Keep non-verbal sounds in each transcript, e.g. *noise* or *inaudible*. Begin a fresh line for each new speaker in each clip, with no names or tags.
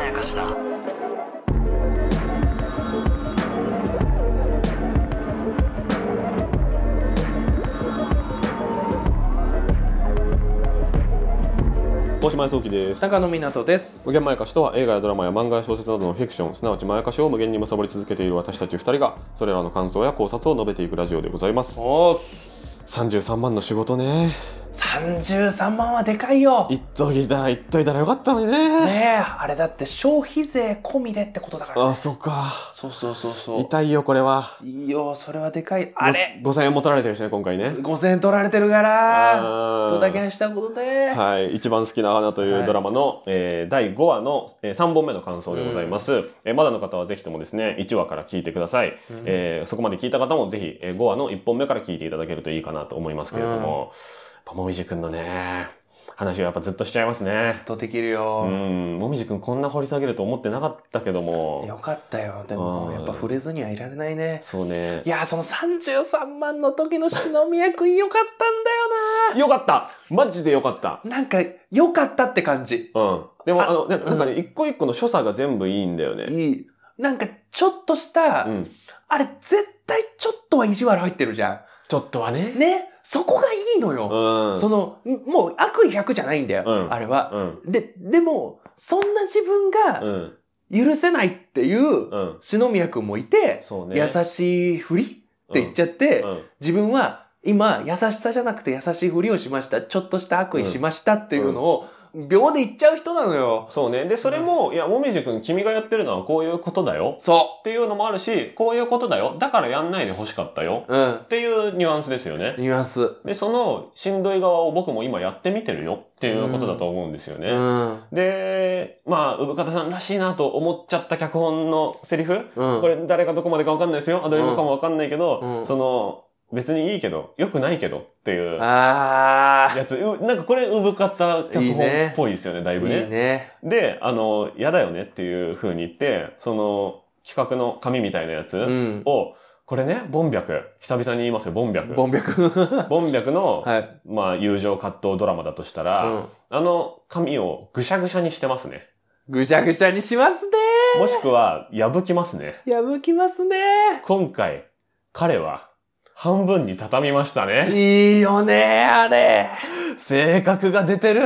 やかしだ
大島康之です
中野湊です
無限まやかしとは映画やドラマや漫画や小説などのフィクションすなわちまやかしを無限に貪り続けている私たち2人がそれらの感想や考察を述べていくラジオでございます
おーす
33万の仕事ね
33万はでかいよね
言っといた言っといたらよかったのにね
えあれだって消費税込みでってことだから、
あ
ね、
そっか
そうそうそうそう
痛いよこれはい
いよそれはでかいあれ
ご5000円も取られてるしね今回ね
5000円取られてるか
あ
ら
ー
ドタキャンしたこと *laughs* で、
はい、一番好きな花というドラマの、えー第5話の、え3本目の感想でございます、えーまだの方はぜひともですね1話から聞いてください、えーそこまで聞いた方もぜひ、え5話の1本目から聞いていただけるといいかなと思いますけれども、やっぱもみじくんのね話をやっぱずっとしちゃいますね
ずっとできる
う
よ、
んもみじくんこんな掘り下げると思ってなかったけど
よ
も
かったよでも
うん
やっぱ触れずにはいられないね
そうね
いやーその33万の時の篠宮くんよかったんだよ
よかったマジでよかった
ななんかよかったって感じ
うんでも
あ
あのななんかね一個一個の所作が全部いいんだよね
いいなんかちょっとした、
うん
あれ絶対ちょっとは意地悪入ってるじゃ
ちょっとはね
ん。ねそこがいいのよ。
うん
その、んもう悪意100じゃないんだよ、
うん
あれは。
うん
で、でも、そんな自分
う
が
ん
許せないっていう、
うん
篠宮くんもいて、
そうね。
優しいふりって言っちゃって、
うん
自分は今、優しさじゃなくて優しいふりをしました。ちょっとした悪意しましたっていうのを、秒で言っちゃう人なのよ。
そうね。で、それも、いや、もみじくん、君がやってるのはこういうことだよ。
そ
っていうのもあるし、こういうことだよ。だからやんないでほしかったよ。
う。うん。
っていうニュアンスですよね。
ニュアンス。
で、その、しんどい側を僕も今やってみてるよ。っていうことだと思うんですよね。
うん。
で、まあ、産方さんらしいなと思っちゃった脚本のセリフ、
うん。
これ誰がどこまでかわかんないですよ。アドリブかもわかんないけど、
うん
その、別にいいけど、良くないけどっていう
あ
やつ、うなんかこれ産方脚
いい
本
ね
っぽいですよね、だい
あ、
ぶ
いいね。
で、あの、嫌だよねっていう風に言って、その、企画の紙みたいなやつ
うん。
を、これね、ボンビャク。久々に言いますよ、ボンビャク。
ボンビャク。
ボンビャクの、
*laughs* はい。
まあ、友情葛藤ドラマだとしたら、
うん。
あの紙をぐしゃぐしゃにしてますね。
ぐちゃぐちゃにしますね。
もしくは、破きますね。
破きますね。
今回、彼は、半分に畳みましたね。
いいよね、あれ。
性格が出てる。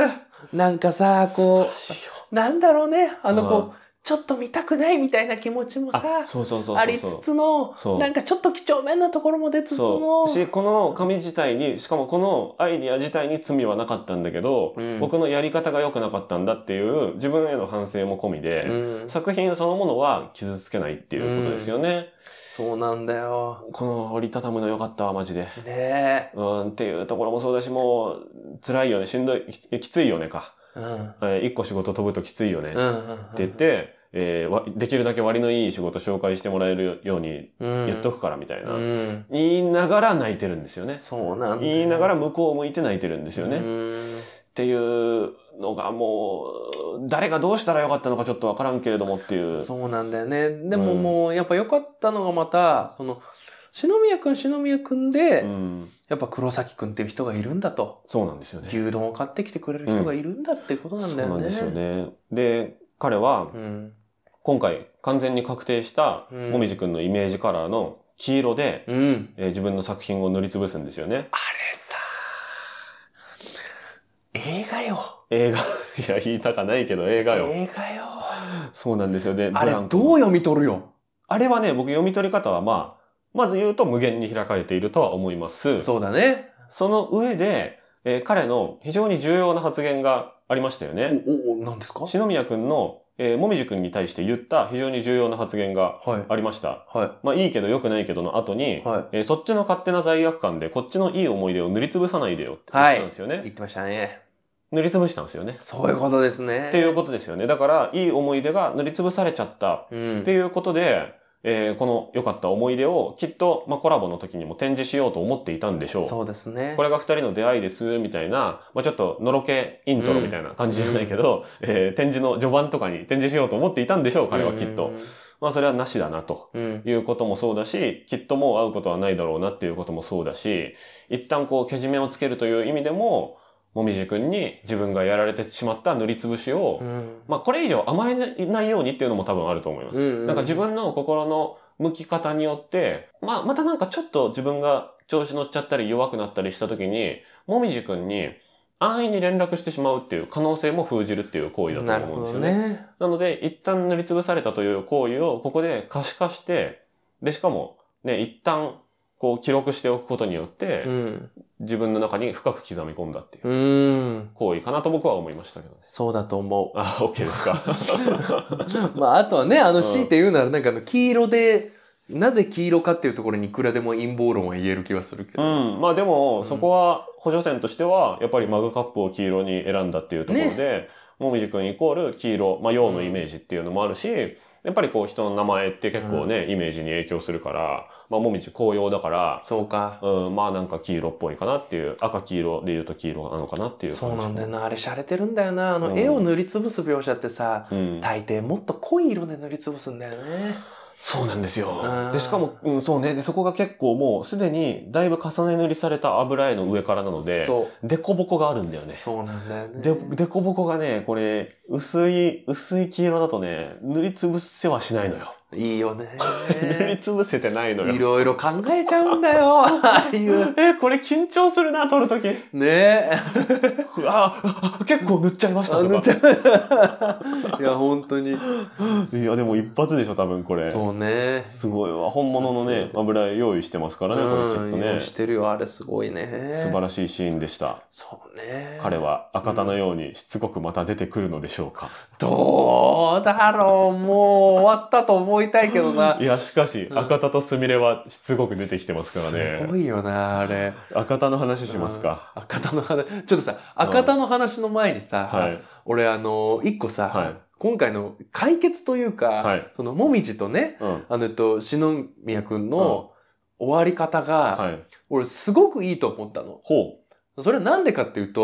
なんかさ、こ
う、
う、なんだろうね。あの、
うん
こう、ちょっと見たくないみたいな気持ちもさ
あ、、そうそうそうそうそう。
ありつつの、
そう
なんかちょっと几帳面なところも出つつ
そ
の
う。しこの紙自体にしかもこのアイディア自体に罪はなかったんだけど、
うん
僕のやり方が良くなかったんだっていう自分への反省も込み
う
で、
ん、
作品そのものは傷つけないっていうことですよね、
そうなんだよ。
この折りたたむの良かったわマジで
ね
うんっていうところもそうだしもう辛いよねしんどいききついよねか、
え。うん。
えー一個仕事飛ぶときついよね、
う
って
んうん。うん
言っ、て、えーわできるだけ割のいい仕事紹介してもらえるように
言
言っとくからみたいな、
うん。
言いながら泣いてるんですよね
そうなんだよ。
言いながら向こうを向いて泣いてるんですよね。っ
うん
ていうのがもう、誰がどうしたらよかったのかちょっとわからんけれどもっていう。
そうなんだよね。でも
うん
もう、やっぱ良かったのがまた、その、篠宮くん、篠宮くんで、
うん、
やっぱ黒崎くんっていう人がいるんだと。
そうなんですよね。
牛丼を買ってきてくれる人がいるんだってことな
そ
んだ
う
よね。
なんですよ。ね。で、彼は
うん。
今回完全に確定した
うん
もみじくんのイメージカラーの黄色で、
うん。
えー自分の作品を塗りつぶすんですよね。
あれさ、映画よ。
映画、い *laughs* や、言いたかないけど映画よ。
映画よ。
そうなんですよ。で、
あ
ブ
れ
ラン、コ
どう読み取るよ。
あれはね、僕読み取り方はまあ、まず言うと無限に開かれているとは思います。
そうだね。
その上で、えー彼の非常に重要な発言がありましたよね。
お、お、お、なんですか
篠宮くんの、えー、もみじくんに対して言った非常に重要な発言が
はい。
ありました。
は
まあ、いいけど良くないけどの後に、
い。は
えーそっちの勝手な罪悪感でこっちのいい思い出を塗りつぶさないでよって言
はい
ったんですよね。
い。言ってましたね。
塗りつぶしたんですよね。
そういうことですね。
っていうことですよね。だから、いい思い出が塗りつぶされちゃった。
う
っ
ん
て。いうことで、えーこの良かった思い出をきっと、まあ、コラボの時にも展示しようと思っていたんでしょう。
そうです
*laughs*
ね。
これが二人の出会いです、みたいな、まあ、ちょっと、のろけイントロみたいな感じじゃないけど、えー展示の序盤とかに展示しようと思っていたんでしょう、彼はきっと。まあ、それはなしだな、と
うん。うん。
いうこともそうだし、きっともう会うことはないだろうなっていうこともそうだし、一旦こう、けじめをつけるという意味でも、もみじくんに自分がやられてしまった塗りつぶしを、
うん
まあこれ以上甘えないようにっていうのも多分あると思います。
うん
なんか自分の心の向き方によって、まあまたなんかちょっと自分が調子乗っちゃったり弱くなったりした時に、もみじくんに安易に連絡してしまうっていう可能性も封じるっていう行為だと思うんですよね。
なるほどね。
なので、一旦塗りつぶされたという行為をここで可視化して、で、しかも、ね、一旦、こう記録しておくことによって、
うん。
自分の中に深く刻み込んだっていう
うん。
行為かなと僕は思いましたけどね。
そうだと思
あ、OK ですか。
う。まあ、あとはね、あ
う
の、
ん
強いて言うなら、なんかあの、黄色で、なぜ黄色かっていうところにいくらでも陰謀論は言える気はするけ
う
ど。
ん。まあでも、
ん
そこは補助線としては、やっぱりマグカップを黄色に選んだっていうところで、もみじくんイコール黄色、まあ、陽のイメージっていうのもあるし、やっぱりこう人の名前って結構ね、イメージに影響するから、まあ、もみじ紅葉だから、
そうか。
うん、まあなんか黄色っぽいかなっていう、赤黄色で言うと黄色なのかなっていう感
そう
じ。
なんだよな。あれ、洒落てるんだよな。あ
う
の、
ん
絵を塗りつぶす描写ってさ、
うん
大抵もっと濃い色で塗りつぶすんだよね。
そうなんですよ
うん
で、しかも、うん、そうね。で、そこが結構もうすでにだいぶ重ね塗りされた油絵の上からなので、
そう。
凸凹があるんだよね。
そうなんだよね。
で、凸凹がね、これ、薄い、薄い黄色だとね、塗りつぶせはしないのよ。
いい
*laughs*
よね。
塗りつぶせてないの
い
よ。
ろいろ考えちゃうんだよ。ああいう。
え、これ緊張するな、撮るとき。
ねえ。
ああ、結構塗っちゃいました
あ
と
の
か。
*laughs* いや、本当に。
いや、でも一発でしょ、多分これ。
そうね。
すごいわ。本物の
そう
ね
で、すね
油絵用意してますからね、これきっと
うん用
ね
意。してるよ、あれすごいね。
素晴らしいシーンでした。
そうね。
彼。は赤田のようにしつこくまた出てくるのでしょうか。
どうだろう、もう終わったと思いたいけどな。
いや、しかし、赤田とすみれはしつこく出てきてますから
すご
ね。
いよな、
*laughs*
あれ。
赤田の話しますか。
赤田の話、ちょっとさ、赤田の話の前にさ、
はい。
俺あの、一個さ、
はい
今回の解決というか、
はい
その、もみじとね、
うん。
あの、えっと、篠宮くんの終わり方が、
はい。
俺すごくいいと思ったの。
ほ
それはなんでかっていう
う。
と、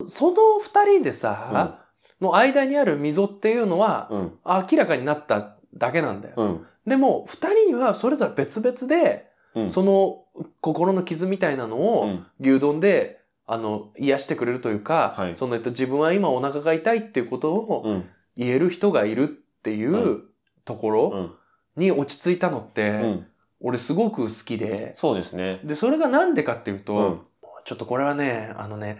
ほ
その二人でさ、の間にある溝っていうのは
う。、うん。
明らかになっただけなんだよ。
うん。
でも、二人にはそれぞれ別々で、
うん。
その心の傷みたいなの
う
を
ん
牛丼で、あの、癒してくれるというか、
はい
その、えっと、自分は今お腹が痛いっていうこと
う
を
ん。
言える人がいるっていう、
う
とこ
う
ろ
ん。
に落ち着いたのって、
うん。
俺すごく好きで、
そうですね。
で、それがなんでかっていうと、
うん。
ちょっとこれはね、あのね、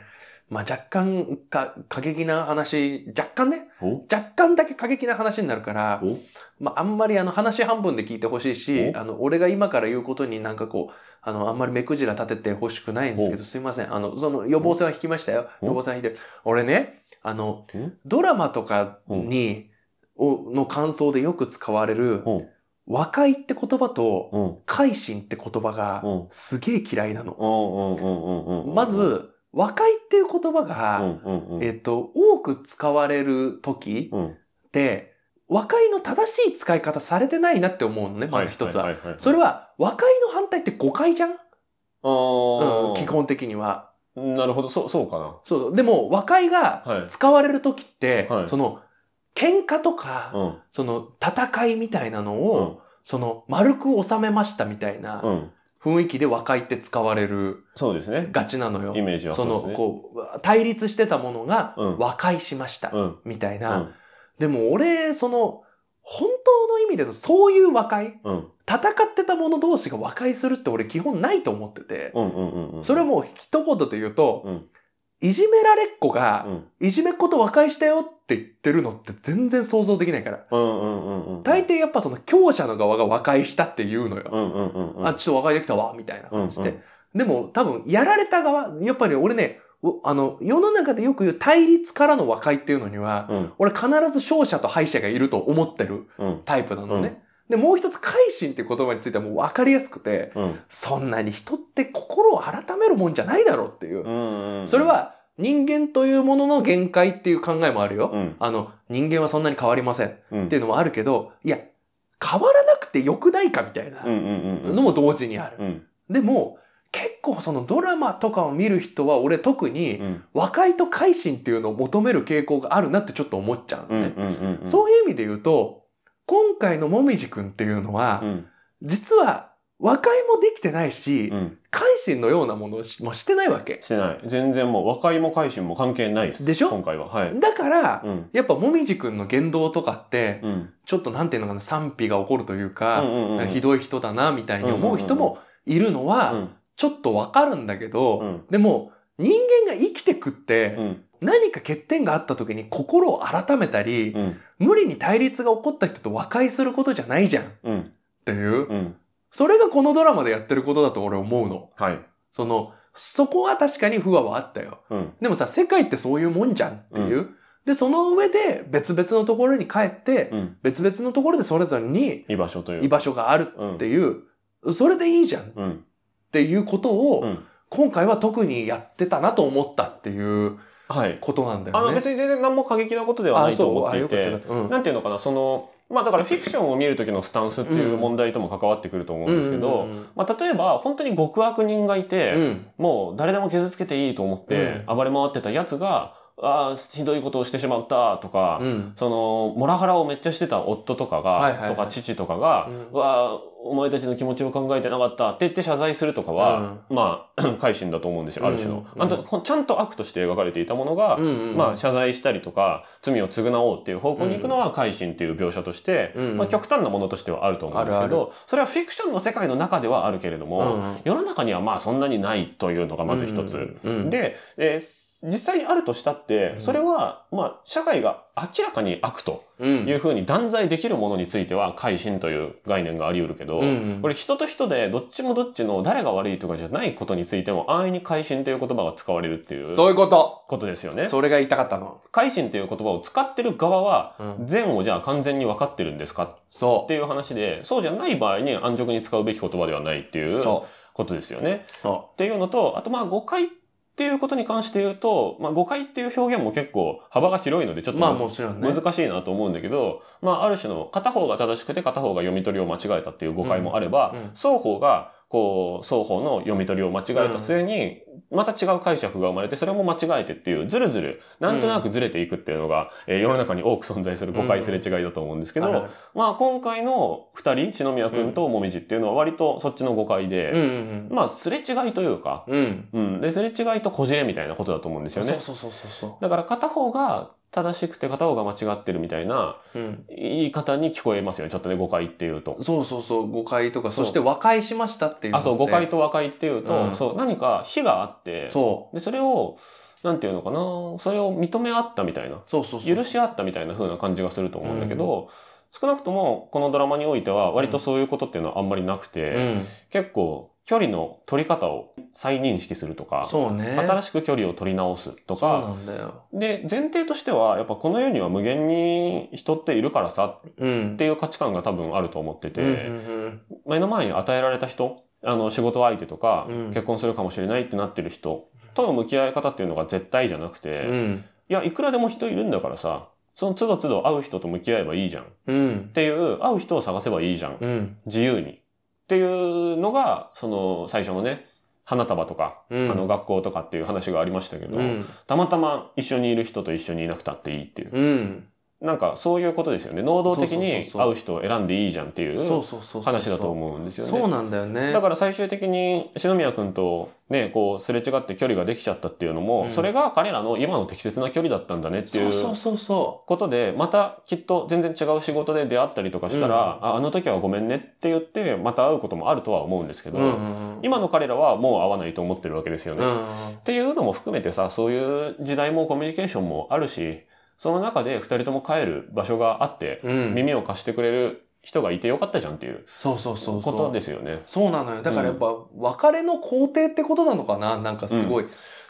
まあ、若干か、過激な話、若干ね、
お
若干だけ過激な話になるから、
お
まあ、あんまりあの話半分で聞いてほしいし、
お
あの、俺が今から言うことになんかこう、あの、あんまり目くじら立ててほしくないんですけど、すいません。あの、その予防線は引きましたよ。
お
予防線は引いてる。俺ね、あの
ん、
ドラマとかに、をの感想でよく使われる、
うん。
和解って言葉と、
うん。
改心って言葉が
うん、
すげえ嫌いなの。
うん。うん。うん。うん。
ま、ず、和解っていう言葉
うん。
が、
うん。うん
えっと、多く使われる時
うん。
って、和解の正しい使い方されてないなって思うのね、まず一つは。
いいいい
それは、和解の反対って誤解じゃん、
あー
うん基本的には。
なるほど、そう、そうかな。
そう。でも、和解が
はい。
使われる時って、
はい
その、喧嘩とか、
うん。
その、戦いみたいなのを、その、丸く収めましたみたいな
うん。うん。
雰囲気で和解って使われる
そうですね。
がちなのよ。
イメージは
そ
そう
の
ですね。
こう対立してたものが
うん
和解しました、
うん。
みたいうな、
ん。
でも俺その本当の意味でのそういう和解
うん。
戦ってた者同士が和解するって俺基本ないと思ってて、
うん。うんうん。うん。
それはもう一言で言うと、
うん
いじめられっ子
う
が、
ん。
いじめっ子と和解したよって言ってるのって全然想像できないから
うん。うん。うん。うん。
大抵やっぱその強者の側が和解したって言うのよ、
うん。うん。うん。うん。
あ、ちょっと和解できたわ、みたいな感じで。
うんうん
でも多分、やられた側、やっぱり俺ね、おあの、世の中でよく言う対立からの和解っていうのには、
うん。
俺必ず勝者と敗者がいると思ってる
うん。
タイプなのね。で、もう一つ、改心っていう言葉についてはもう分かりやすくて、
うん。
そんなに人って心を改めるもんじゃないだろうっていう
う。ん。うん
それ、は、人間というものの限界っていう考えもあるよ。
うん。
あの、人間はそんなに変わりませんっ
うん。
ていうのもあるけど、いや、変わらなくてよくないかみたいな
うん。うん。うん。うん
のも同時にある。
うん。
でも、結構そのドラマとかを見る人は、俺特
う
に
ん。
和解と改心っていうのを求める傾向があるなってちょっと思っちゃう
うん。
の
う
ね。
ん。うん。
そういう意味で言うと、今回のもみじくんっていうのは
う、ん。
実は和解もできてないし、
うん。
改心のようなものをしもしてないわけ。
してない。全然もう和解も改心も関係ないです。
でしょ
今回は。はい。
だから、
うん。
やっぱもみじくんの言動とかって、
うん。
ちょっとなんていうのかな、賛否が起こるという
う
か、
んうんうん。
ひどい人だな、みたいに思う人もいるの
う
は、
ん。
ちょっとわかるんだけど、
うん。
でも、人間が生きてくって
う、ん。
何か欠点があった時に心を改めたり、
うん。
無理に対立が起こった人と和解することじゃないじゃんっ
うん。
ていう、
うん。
それがこのドラマでやってることだと俺思うの。
はい。
その、そこは確かに不和はあったよ。
うん。
でもさ、世界ってそういうもんじゃんっていう。で、その上で別々のところに帰って、
うん。
別々のところでそれぞれに
居場所という。
居場所がある
うん
っていう、それでいいじゃんっ
うん。
ていうことを、
うん
今回は特にやってたなと思ったっていう
はい。
ことなんだよ
あ
ね。
の、別に全然何も過激なことではないと思ってい
あそうあよか
て
っ。たよかった
なんていうのかな、その、まあだからフィクションを見る時のスタンスっていう問題とも関わってくると思
う
うん
ん
ですけ
う
ど、
ん
まあ例えば本当に極悪人がいて、
うん
もう誰でも傷つけていいと思って
う
暴れ回ってたやつが、ああ、ひどいことをしてしまったとか、
うん
その、モラハラをめっちゃしてた夫とかが、
はいはいはい
とか父とかが、
う
うんわあ、お前たちの気持ちを考えてなかったって言って謝罪するとかは、まあ、 *clears throat* 改心だと思うんですよ、ある種の。
うん
あとほんちゃんと悪として描かれていたものが、
うんうん
まあ、謝罪したりとか、罪を償おうっていう方向に行くのは改心っていう描写として、
うん
まあ、極端なものとしてはあると思うんですけど、それはフィクションの世界の中ではあるけれども、
うん
世の中にはまあそんなにないというのがまず一つ。、
うん、
で、えー実際にあるとしたって
う、ん
それは、まあ、社会が明らかに悪と
うん
いうふうに断罪できるものについては、改心という概念があり得るけど、
うん
これ人と人でどっちもどっちの誰が悪いとかじゃないことについても、安易に改心という言葉が使われるっていう
そういうこと、
ことですよね。
それが言いたかったの。
改心という言葉を使ってる側は、
うん
善をじゃあ完全に分かってるんですかっ
そ。
ていう話で、そうじゃない場合に安直に使うべき言葉ではないっていうう
そ
ことですよね。
う。そ
っていうのと、あとまあ誤解っていうことに関して言うと、まあ誤解っていう表現も結構幅が広いので、ちょっ
う。
と
まあもちろんね。
難しいなと思うんだけど、まあある種の片方が正しくて片方が読み取りを間違えたっていう誤解もあれば、
うんうん
双方がこう、双方の読み取りを間違えた末に、また違う解釈が生まれて、それも間違えてっていう、ずるずる、なんとなくずれていくっていうのが、えー世の中に多く存在する誤解すれ違いだと思うんですけど、
ある
まあ今回の二人、篠宮くんともみじっていうのは割とそっちの誤解
ある
で、
うん
まあすれ違いというか、
うんうん。うん。
うん。で、すれ違いとこじれみたいなことだと思うんです
そう
よね。
そうそうそうそ
だから片方が正しくて片方が間違ってるみたいな
う。うん。
言い方に聞こえますよね。ちょっとね、誤解っていうと。
そうそうそう、誤解とか、
そ
そうして和解しましたっていうの
あ、
って。
そう、誤解と和解っていうと、
うん
そう、何か非があって、
そう。
で、それを、なんていうのかな、それを認め合ったみたいな、
そうそうそう。
許し合ったみたいな風な感じがすると思うんだけど、少なくともこのドラマにおいては割とそういうことっていうのはあんまりなくて、
うん。
結構距離の取り方を再認識するとか、
そうね。
新しく距離を取り直すと
そう
か、
なんだよ。
で、前提としては、やっぱこの世には無限に人っているからさっ
うん。
ていう価値観が多分あると思ってて、
うんうん
目の前に与えられた人、あの仕事相手とか、
うん
結婚するかもしれないってなってる人との向き合い方っていうのが絶対じゃなくて、
う
い
ん。
や、いくらでも人いるんだからさ、その都度都度会う人と向き合えばいいじゃんっ
うん。
ていう、会う人を探せばいいじゃん。
うん。
自由に。っていうのが、その最初のね、花束とか、
うん。
あの学校とかっていう話がありましたけど、
うん。
たまたま一緒にいる人と一緒にいなくたっていいっていう。
うん。
なんかそういうことですよね。能動的に
そうそうそうそう
会う人を選んでいいじゃんってい
そう
う
そうそう。
話だと思うんですよね。
そうなんだよね。
だから最終的に篠宮君とね、こうすれ違って距離ができちゃったっていうのも、
うん
それが彼らの今の適切な距離だったんだねってい
そうそう
う
そうそ
ことで、またきっと全然違う仕事で出会ったりとかしたら、ああの時はごめんねって言って、また会うこともあるとは思うんですけ
う。
ど、
うん。
今の彼らはもう会わないと思ってるわけですよね。
うん。
っていうのも含めてさ、そういう時代もコミュニケーションもあるし、その中で二人とも帰る場所があって、
うん。
耳を貸してくれる人がいてよかったじゃんっていう
そうそうそうそ
こ
う。
とですよね。
そうなのよ。だからやっぱ、別れの工程ってことなのかななんかすごい、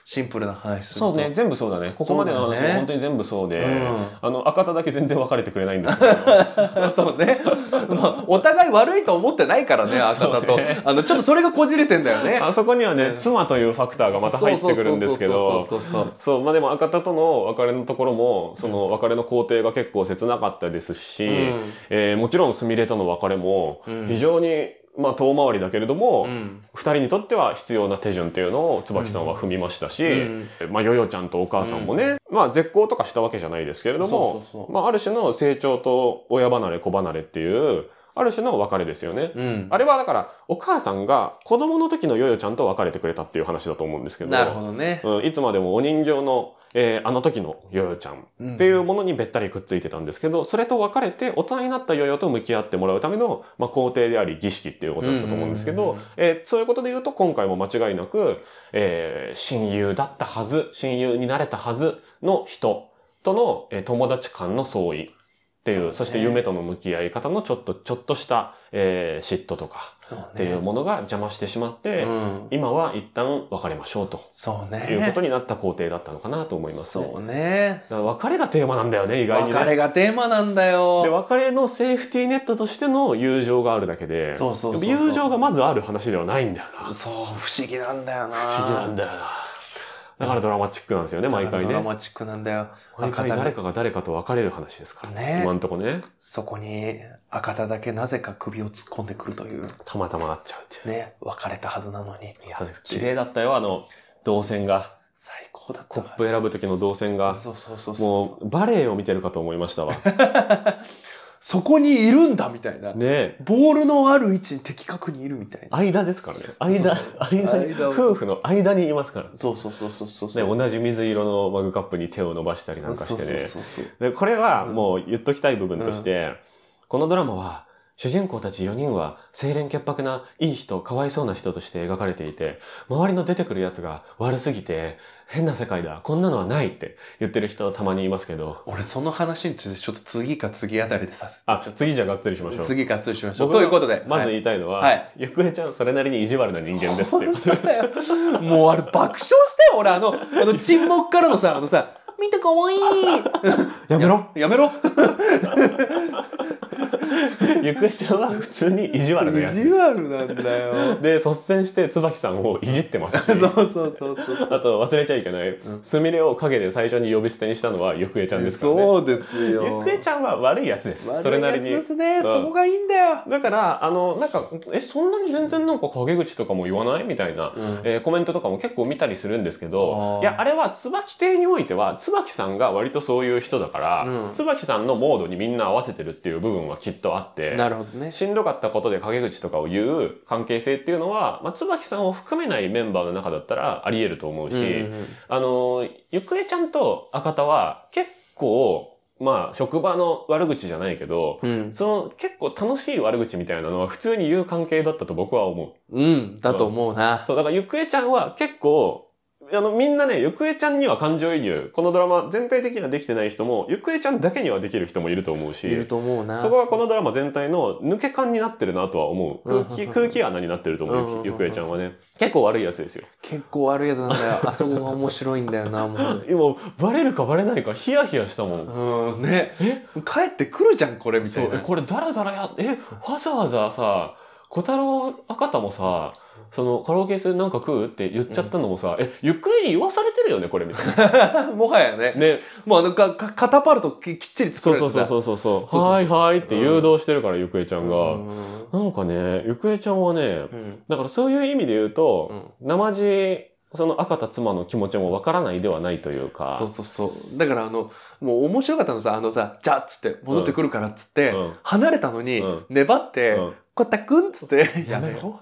シンプルな話すると。
そうね、全部そうだね。ここまでの
そう
話
だね
は本当に全部そうで、
うん
あの、赤田だけ全然別れてくれないんだけど
*laughs* そうね。 *laughs* まあ、お互い悪いと思ってないからね、赤田
*laughs*
と。
そうね
あの、ちょっとそれがこじれてんだよね。
あそこには
う
ね
ん、
妻というファクター *laughs* がまた入ってくるんですけど、
そうそうそうそうそう
そう、まあでも赤田との別れのところも、その別れの工程が結構切なかったですし、
うん
えーもちろんスミレとの別れも
うん、
非常に、まあ遠回りだけれども、
うん
二人にとっては必要な手順っていうのを椿さんは踏みましたし、
うん
まあ、ヨヨちゃんとお母さんもね、まあ、絶好とかしたわけじゃないですけれども
そうそうそう
まあ、ある種の成長と親離れ子離れっていうある種の別れですよね。
うん。
あれはだから、お母さんが子供の時のヨヨちゃんと別れてくれたっていう話だと思うんですけど、
なるほどね。
うん、いつまでもお人形の、えーあの時のヨヨちゃんっていうものにべったりくっついてたんですけど、それと別れて大人になったヨヨと向き合ってもらうための、まあ、工程であり儀式っていうことだったと思うんですけど、
うんうんうんうん
えーそういうことで言うと今回も間違いなく、えー親友だったはず、親友になれたはずの人との、えー友達間の相違っていう、
そうね
そして夢との向き合い方のちょっと、ちょっとした、えー嫉妬とか
っ
っていうものが邪魔してしまって、
うん。
今は一旦別れましょうと。
そうね。
いうことになった工程だったのかなと思います、ね。
そうね。
だから別れがテーマなんだよね、意外に、ね。
別れがテーマなんだ
で、
よ。
別れのセーフティーネットとしての友情があるだけで、
そうそうそうそう
やっぱ友情がまずある話ではないんだよな。
そう、不思議なんだよな。
不思議なんだよな。だからドラマチックなんですよね、毎回
ドラ
ね。
マチックなんだよ。
毎回誰かが誰かと別れる話ですから。
ね
今んとこね、
そこに赤田だけなぜか首を突っ込んでくるという。
たまたま会っちゃうっていう。
ね、別れたはずなの
い
に。
や、綺麗だったよ、あの、動線が。
最高だった。
コップ選ぶ時の動線が。
そうそうそうそう。
もう、バレエを見てるかと思いましたわ。
そこにいるんだみたいな。
ね
ボールのある位置に的確にいるみたいな。
間ですからね。間、間に、
間を
夫婦の間にいますから。
そうそうそうそうそう。
ね、同じ水色のマグカップに手を伸ばしたりなんかしてね。
そうそうそ
で
う
これはもう言っときたい部分として、このドラマは主人公たち4人は清廉潔白ないい人、かわいそうな人として描かれていて、周りの出てくるやつが悪すぎて、変な世界だ、こんなのはないって言ってる人たまにいますけど、
俺その話についてちょっと次か次あたりでさせ
あ、次じゃあがっつりしましょう。
次か次しましょう。
僕が
ということで。
まず
はい
言いたいのは、
はい
ゆくえちゃんそれなりに意地悪な人間ですっていうこと。
もうあれ爆笑したよ、俺。あの、あの沈黙からのさ、あのさ、見てかわいい
やめろ
やめろ
*laughs* ゆくえちゃんは普通に意地悪なやつです。
悪なんだよ。
で、率先して椿さんをいじってますし。
*laughs* そうそうそうそう。
あと忘れちゃいけない
ん。
スミレを陰で最初に呼び捨てにしたのはゆくえちゃんですからね。
*laughs* そうですよ。
ゆくえちゃんは悪いやつです。それなりに
悪いや。つですね。
ん
そこがいいんだよ。
だから、あの、なんか、え、そんなに全然なんか陰口とかも言わないみたいな、
うん
えーコメントとかも結構見たりするんですけ
あ
ど
ー、
いや、あれは椿亭においては、椿さんが割とそういう人だから、
うん
椿さんのモードにみんな合わせてるっていう部分はきっとあって、
なるほどね。
しんどかったことで陰口とかを言う関係性っていうのは、まあ、椿さんを含めないメンバーの中だったらあり得ると思うし、
うんうんうん
あの、ゆくえちゃんと赤田は結構、まあ、職場の悪口じゃないけど、
うん、
その結構楽しい悪口みたいなのは普通に言う関係だったと僕は思う。
うん、だと思うな。
そう、だからゆくえちゃんは結構、あの、みんなね、ゆくえちゃんには感情移入、このドラマ全体的にはできてない人も、ゆくえちゃんだけにはできる人もいると思うし、
いると思うな。
そこがこのドラマ全体の抜け感になってるなとは思う。空気、
うん
空気穴になってると
うんうんう
思
ん
う、ゆくえちゃんはね。結構悪いやつですよ。
結構悪いやつなんだよ。 *laughs* あそこが面白いんだよな、もう。
今、バレるかバレないかヒヤヒヤしたもん。
うん、ね。帰ってくるじゃん、これ、みた
そ、
いう
え
な。
これだらだらや、え、わざわざさ、小太郎赤田もさ、そのカラオケ室なんか食うって言っちゃったのもさ、え、ゆっくりに言わされてるよね、これみたいな。
*laughs* もはやね。
ね、
もうあの、か、かカタパルトききっちり
*laughs* そ
作ら
う
れ
そ
て
う
さ
そうそうそうそう。
そうそう
はいはいって誘導してるから、ゆくえちゃん
う
が。
ん
なんかね、ゆくえちゃんはね、
うん。
だからそういう意味で言うと、
うん
生地、その赤田妻の気持ちもわからないではないというか。
そうそうそう。だからあの、もう面白かったのさ、あのさ、じゃあっつって、戻ってくるからっつって、
うん
離れたのに、
うん
粘って、
うん
こたくんっつって、
や
や
め
め
ろ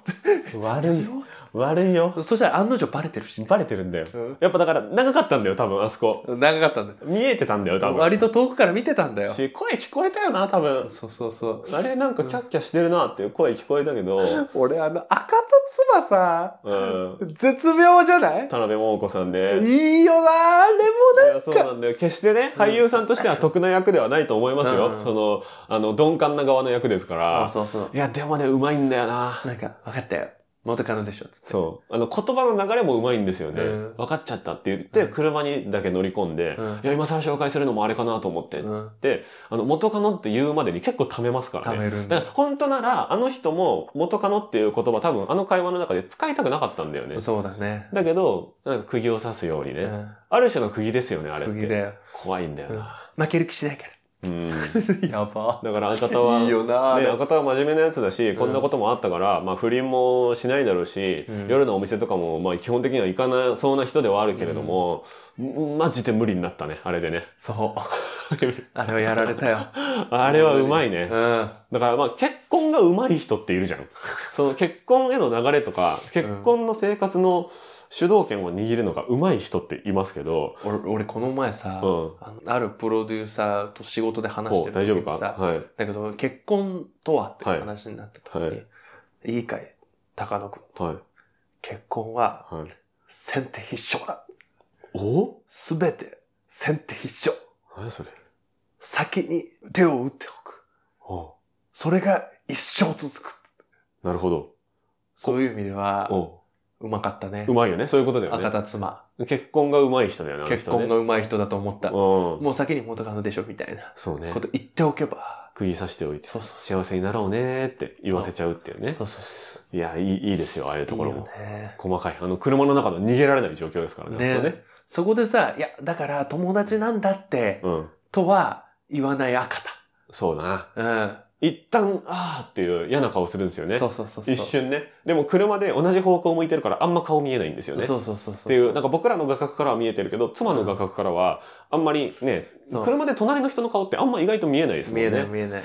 ろ
悪
や
い
め
よ。
ろ
悪いよ。
そしたら案の定バレてるし。
バレてるんだよ。
うん
やっぱだから長かったんだよ、多分、あそこ。
長かったんだよ。
見えてたんだよ、多分。
割と遠くから見てたんだよ。
し声聞こえたよな多分
そうそうそう。
あれなんかキャッキャしてるなっていう声聞こえたけ
*laughs*
ど、
俺あの赤と妻さ、
うん、
絶妙じゃない
田辺桃子さんで。
いいよなあ
い
れも
や
なん
そう
か。
なんだよ決してね俳優さんとしては得な役ではないと思いますよ、
うん
そのあの鈍感な側の役ですから
そうそう
いやでもねうまいんだよな
なんか、分かったよ。元カノでしょ、つって。
そうあの言葉の流れもうまいんですよね、
うん
分かっちゃったって言って
うん
車にだけ乗り込んで、
うん
いや今更紹介するのもあれかなと思って、
うん。
であの元カノって言うまでに結構ためますから
貯
ね
めるん
だ
だ
から本当なら、あの人も元カノっていう言葉多分あの会話の中で使いたくなかったんだよね。
そうだね。
だけど、なんか釘を刺すようにね。
うん
ある種の釘ですよね、あれって。
釘だよ。
怖いんだよな。
負ける気しないか
うん。 *laughs*
ら。やば。
だから赤田は、
*laughs* いいよなあ
ね、
れ
赤田は真面目なやつだし、こんなこともあったから、まあ不倫もしないだろうし、
うん
夜のお店とかも、まあ基本的には行かなそうな人ではあるけれども、マジで無理になったね、あれでね。 *laughs*
そう。あれはやられたよ。
あれはうまいね。
うん。
だからまあ結婚が上手い人っている
*laughs*
じゃん。その結婚への流れとか、結婚の生活の主導権を握るのが上手い人っていますけど、
俺、俺この前さ、
うん
あのあるプロデューサーと仕事で話し
こ
て
う大丈夫
る時
か
にさ、
はい。
だけど結婚とはっていう話になった時に、
はいい
い、かい高野君、
はい。
結婚は
はい。
先手必勝だ。
お
すべて先手必勝。
何それ
先に手を打っておく。
お
それが一生続く。
なるほど。
そういう意味では、
お
うまかったね。
うまいよね。そういうことだよ
赤
ね。
田妻。
結婚が上手い人だよね。あの
結
人ね
婚が上手い人だと思った。
うん。
もう先に元カノでしょみたいな
そうね
こ。と言っておけば。
釘刺しておいて、
そうそう
幸せになろうねーって言わせちゃうっていうね。
そうそうそ
いや、いい、いいですよ、ああいう
う。
ところ
いい
も
よ。ね。
細かい。あの、車の中で逃げられない状況ですからね。あそこ
ね
ね。
そこでさ、いや、だから友達なんだって、
うん。
とは言わない赤
そうな。
田。うん。
一旦、あーっていう嫌な顔するんですよね。
そうそうそうそう。
一瞬ね。でも車で同じ方向向いてるからあんま顔見えないんですよね。
そうそうそうそ
っ
う。っ
ていう、なんか僕らの画角からは見えてるけど、妻の画角からは、あんまりね
そ、う
車で隣の人の顔ってあんま意外と見えないですもん
見えない
ね。
見えない。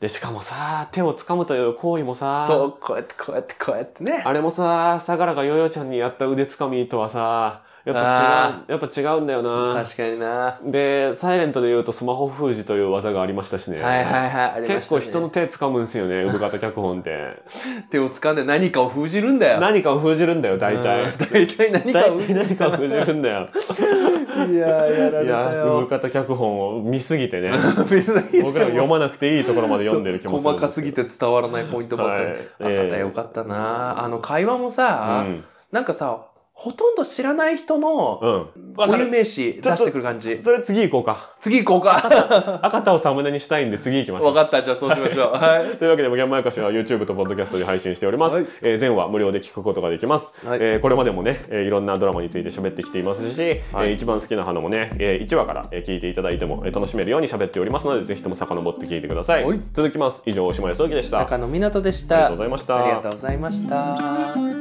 で、しかもさ、手を掴むという行為もさ、
そう、こうやってこうやってこうやってね。
あれもさ、相良がヨヨちゃんにやった腕掴みとはさ、やっぱ違う、やっぱ違うんだよな。
確かにな。は
で、サイレントで言うとスマホ封じという技がありましたしね。
いはいはい。ありま
結
した
構
ね
人の手掴むんですよね、産方脚本って。
手を掴んで何かを封じるんだよ。
何かを封じるんだよ、大
うん
体。
大体何か
大
を封じ
体何かを封じるん
*laughs*
だよ。
る。いやー、やら
い
れた
や、産
よ。
方脚本を見すぎてね。
水着
僕らが読まなくていいところまで読んでる気もする
細
んで
か
す
す
け
ぎ
ど。
て伝わらないポイントばっかり。
はい
あ
ええ
よかったよかったな。あの会話もさ、なんかさ、ほとんど知らない人の
うん。うん。わか
固有
る。
名詞出してくる感じ。
それ次行こうか。
次
*laughs*
行こうか。
赤田をサムネにしたいんで次行きましょ
わ
う。
かった。じゃあそうしましょう。はい。
というわけで、無限まやかしは YouTube と Podcast で配信しております。
はい
えー前話無料で聞くことができます。
はい
えーこれまでもね、えーいろんなドラマについて喋ってきていますし、
はい
えー一番好きな花もね、え1話からえー聞いていただいてもえー楽しめるように喋っておりますので、ぜひとも遡って聞いてください。
はい
続きます。以上、下谷宗樹でした。あり
中野湊でし
が
た。
とうございました。
ありがとうございました。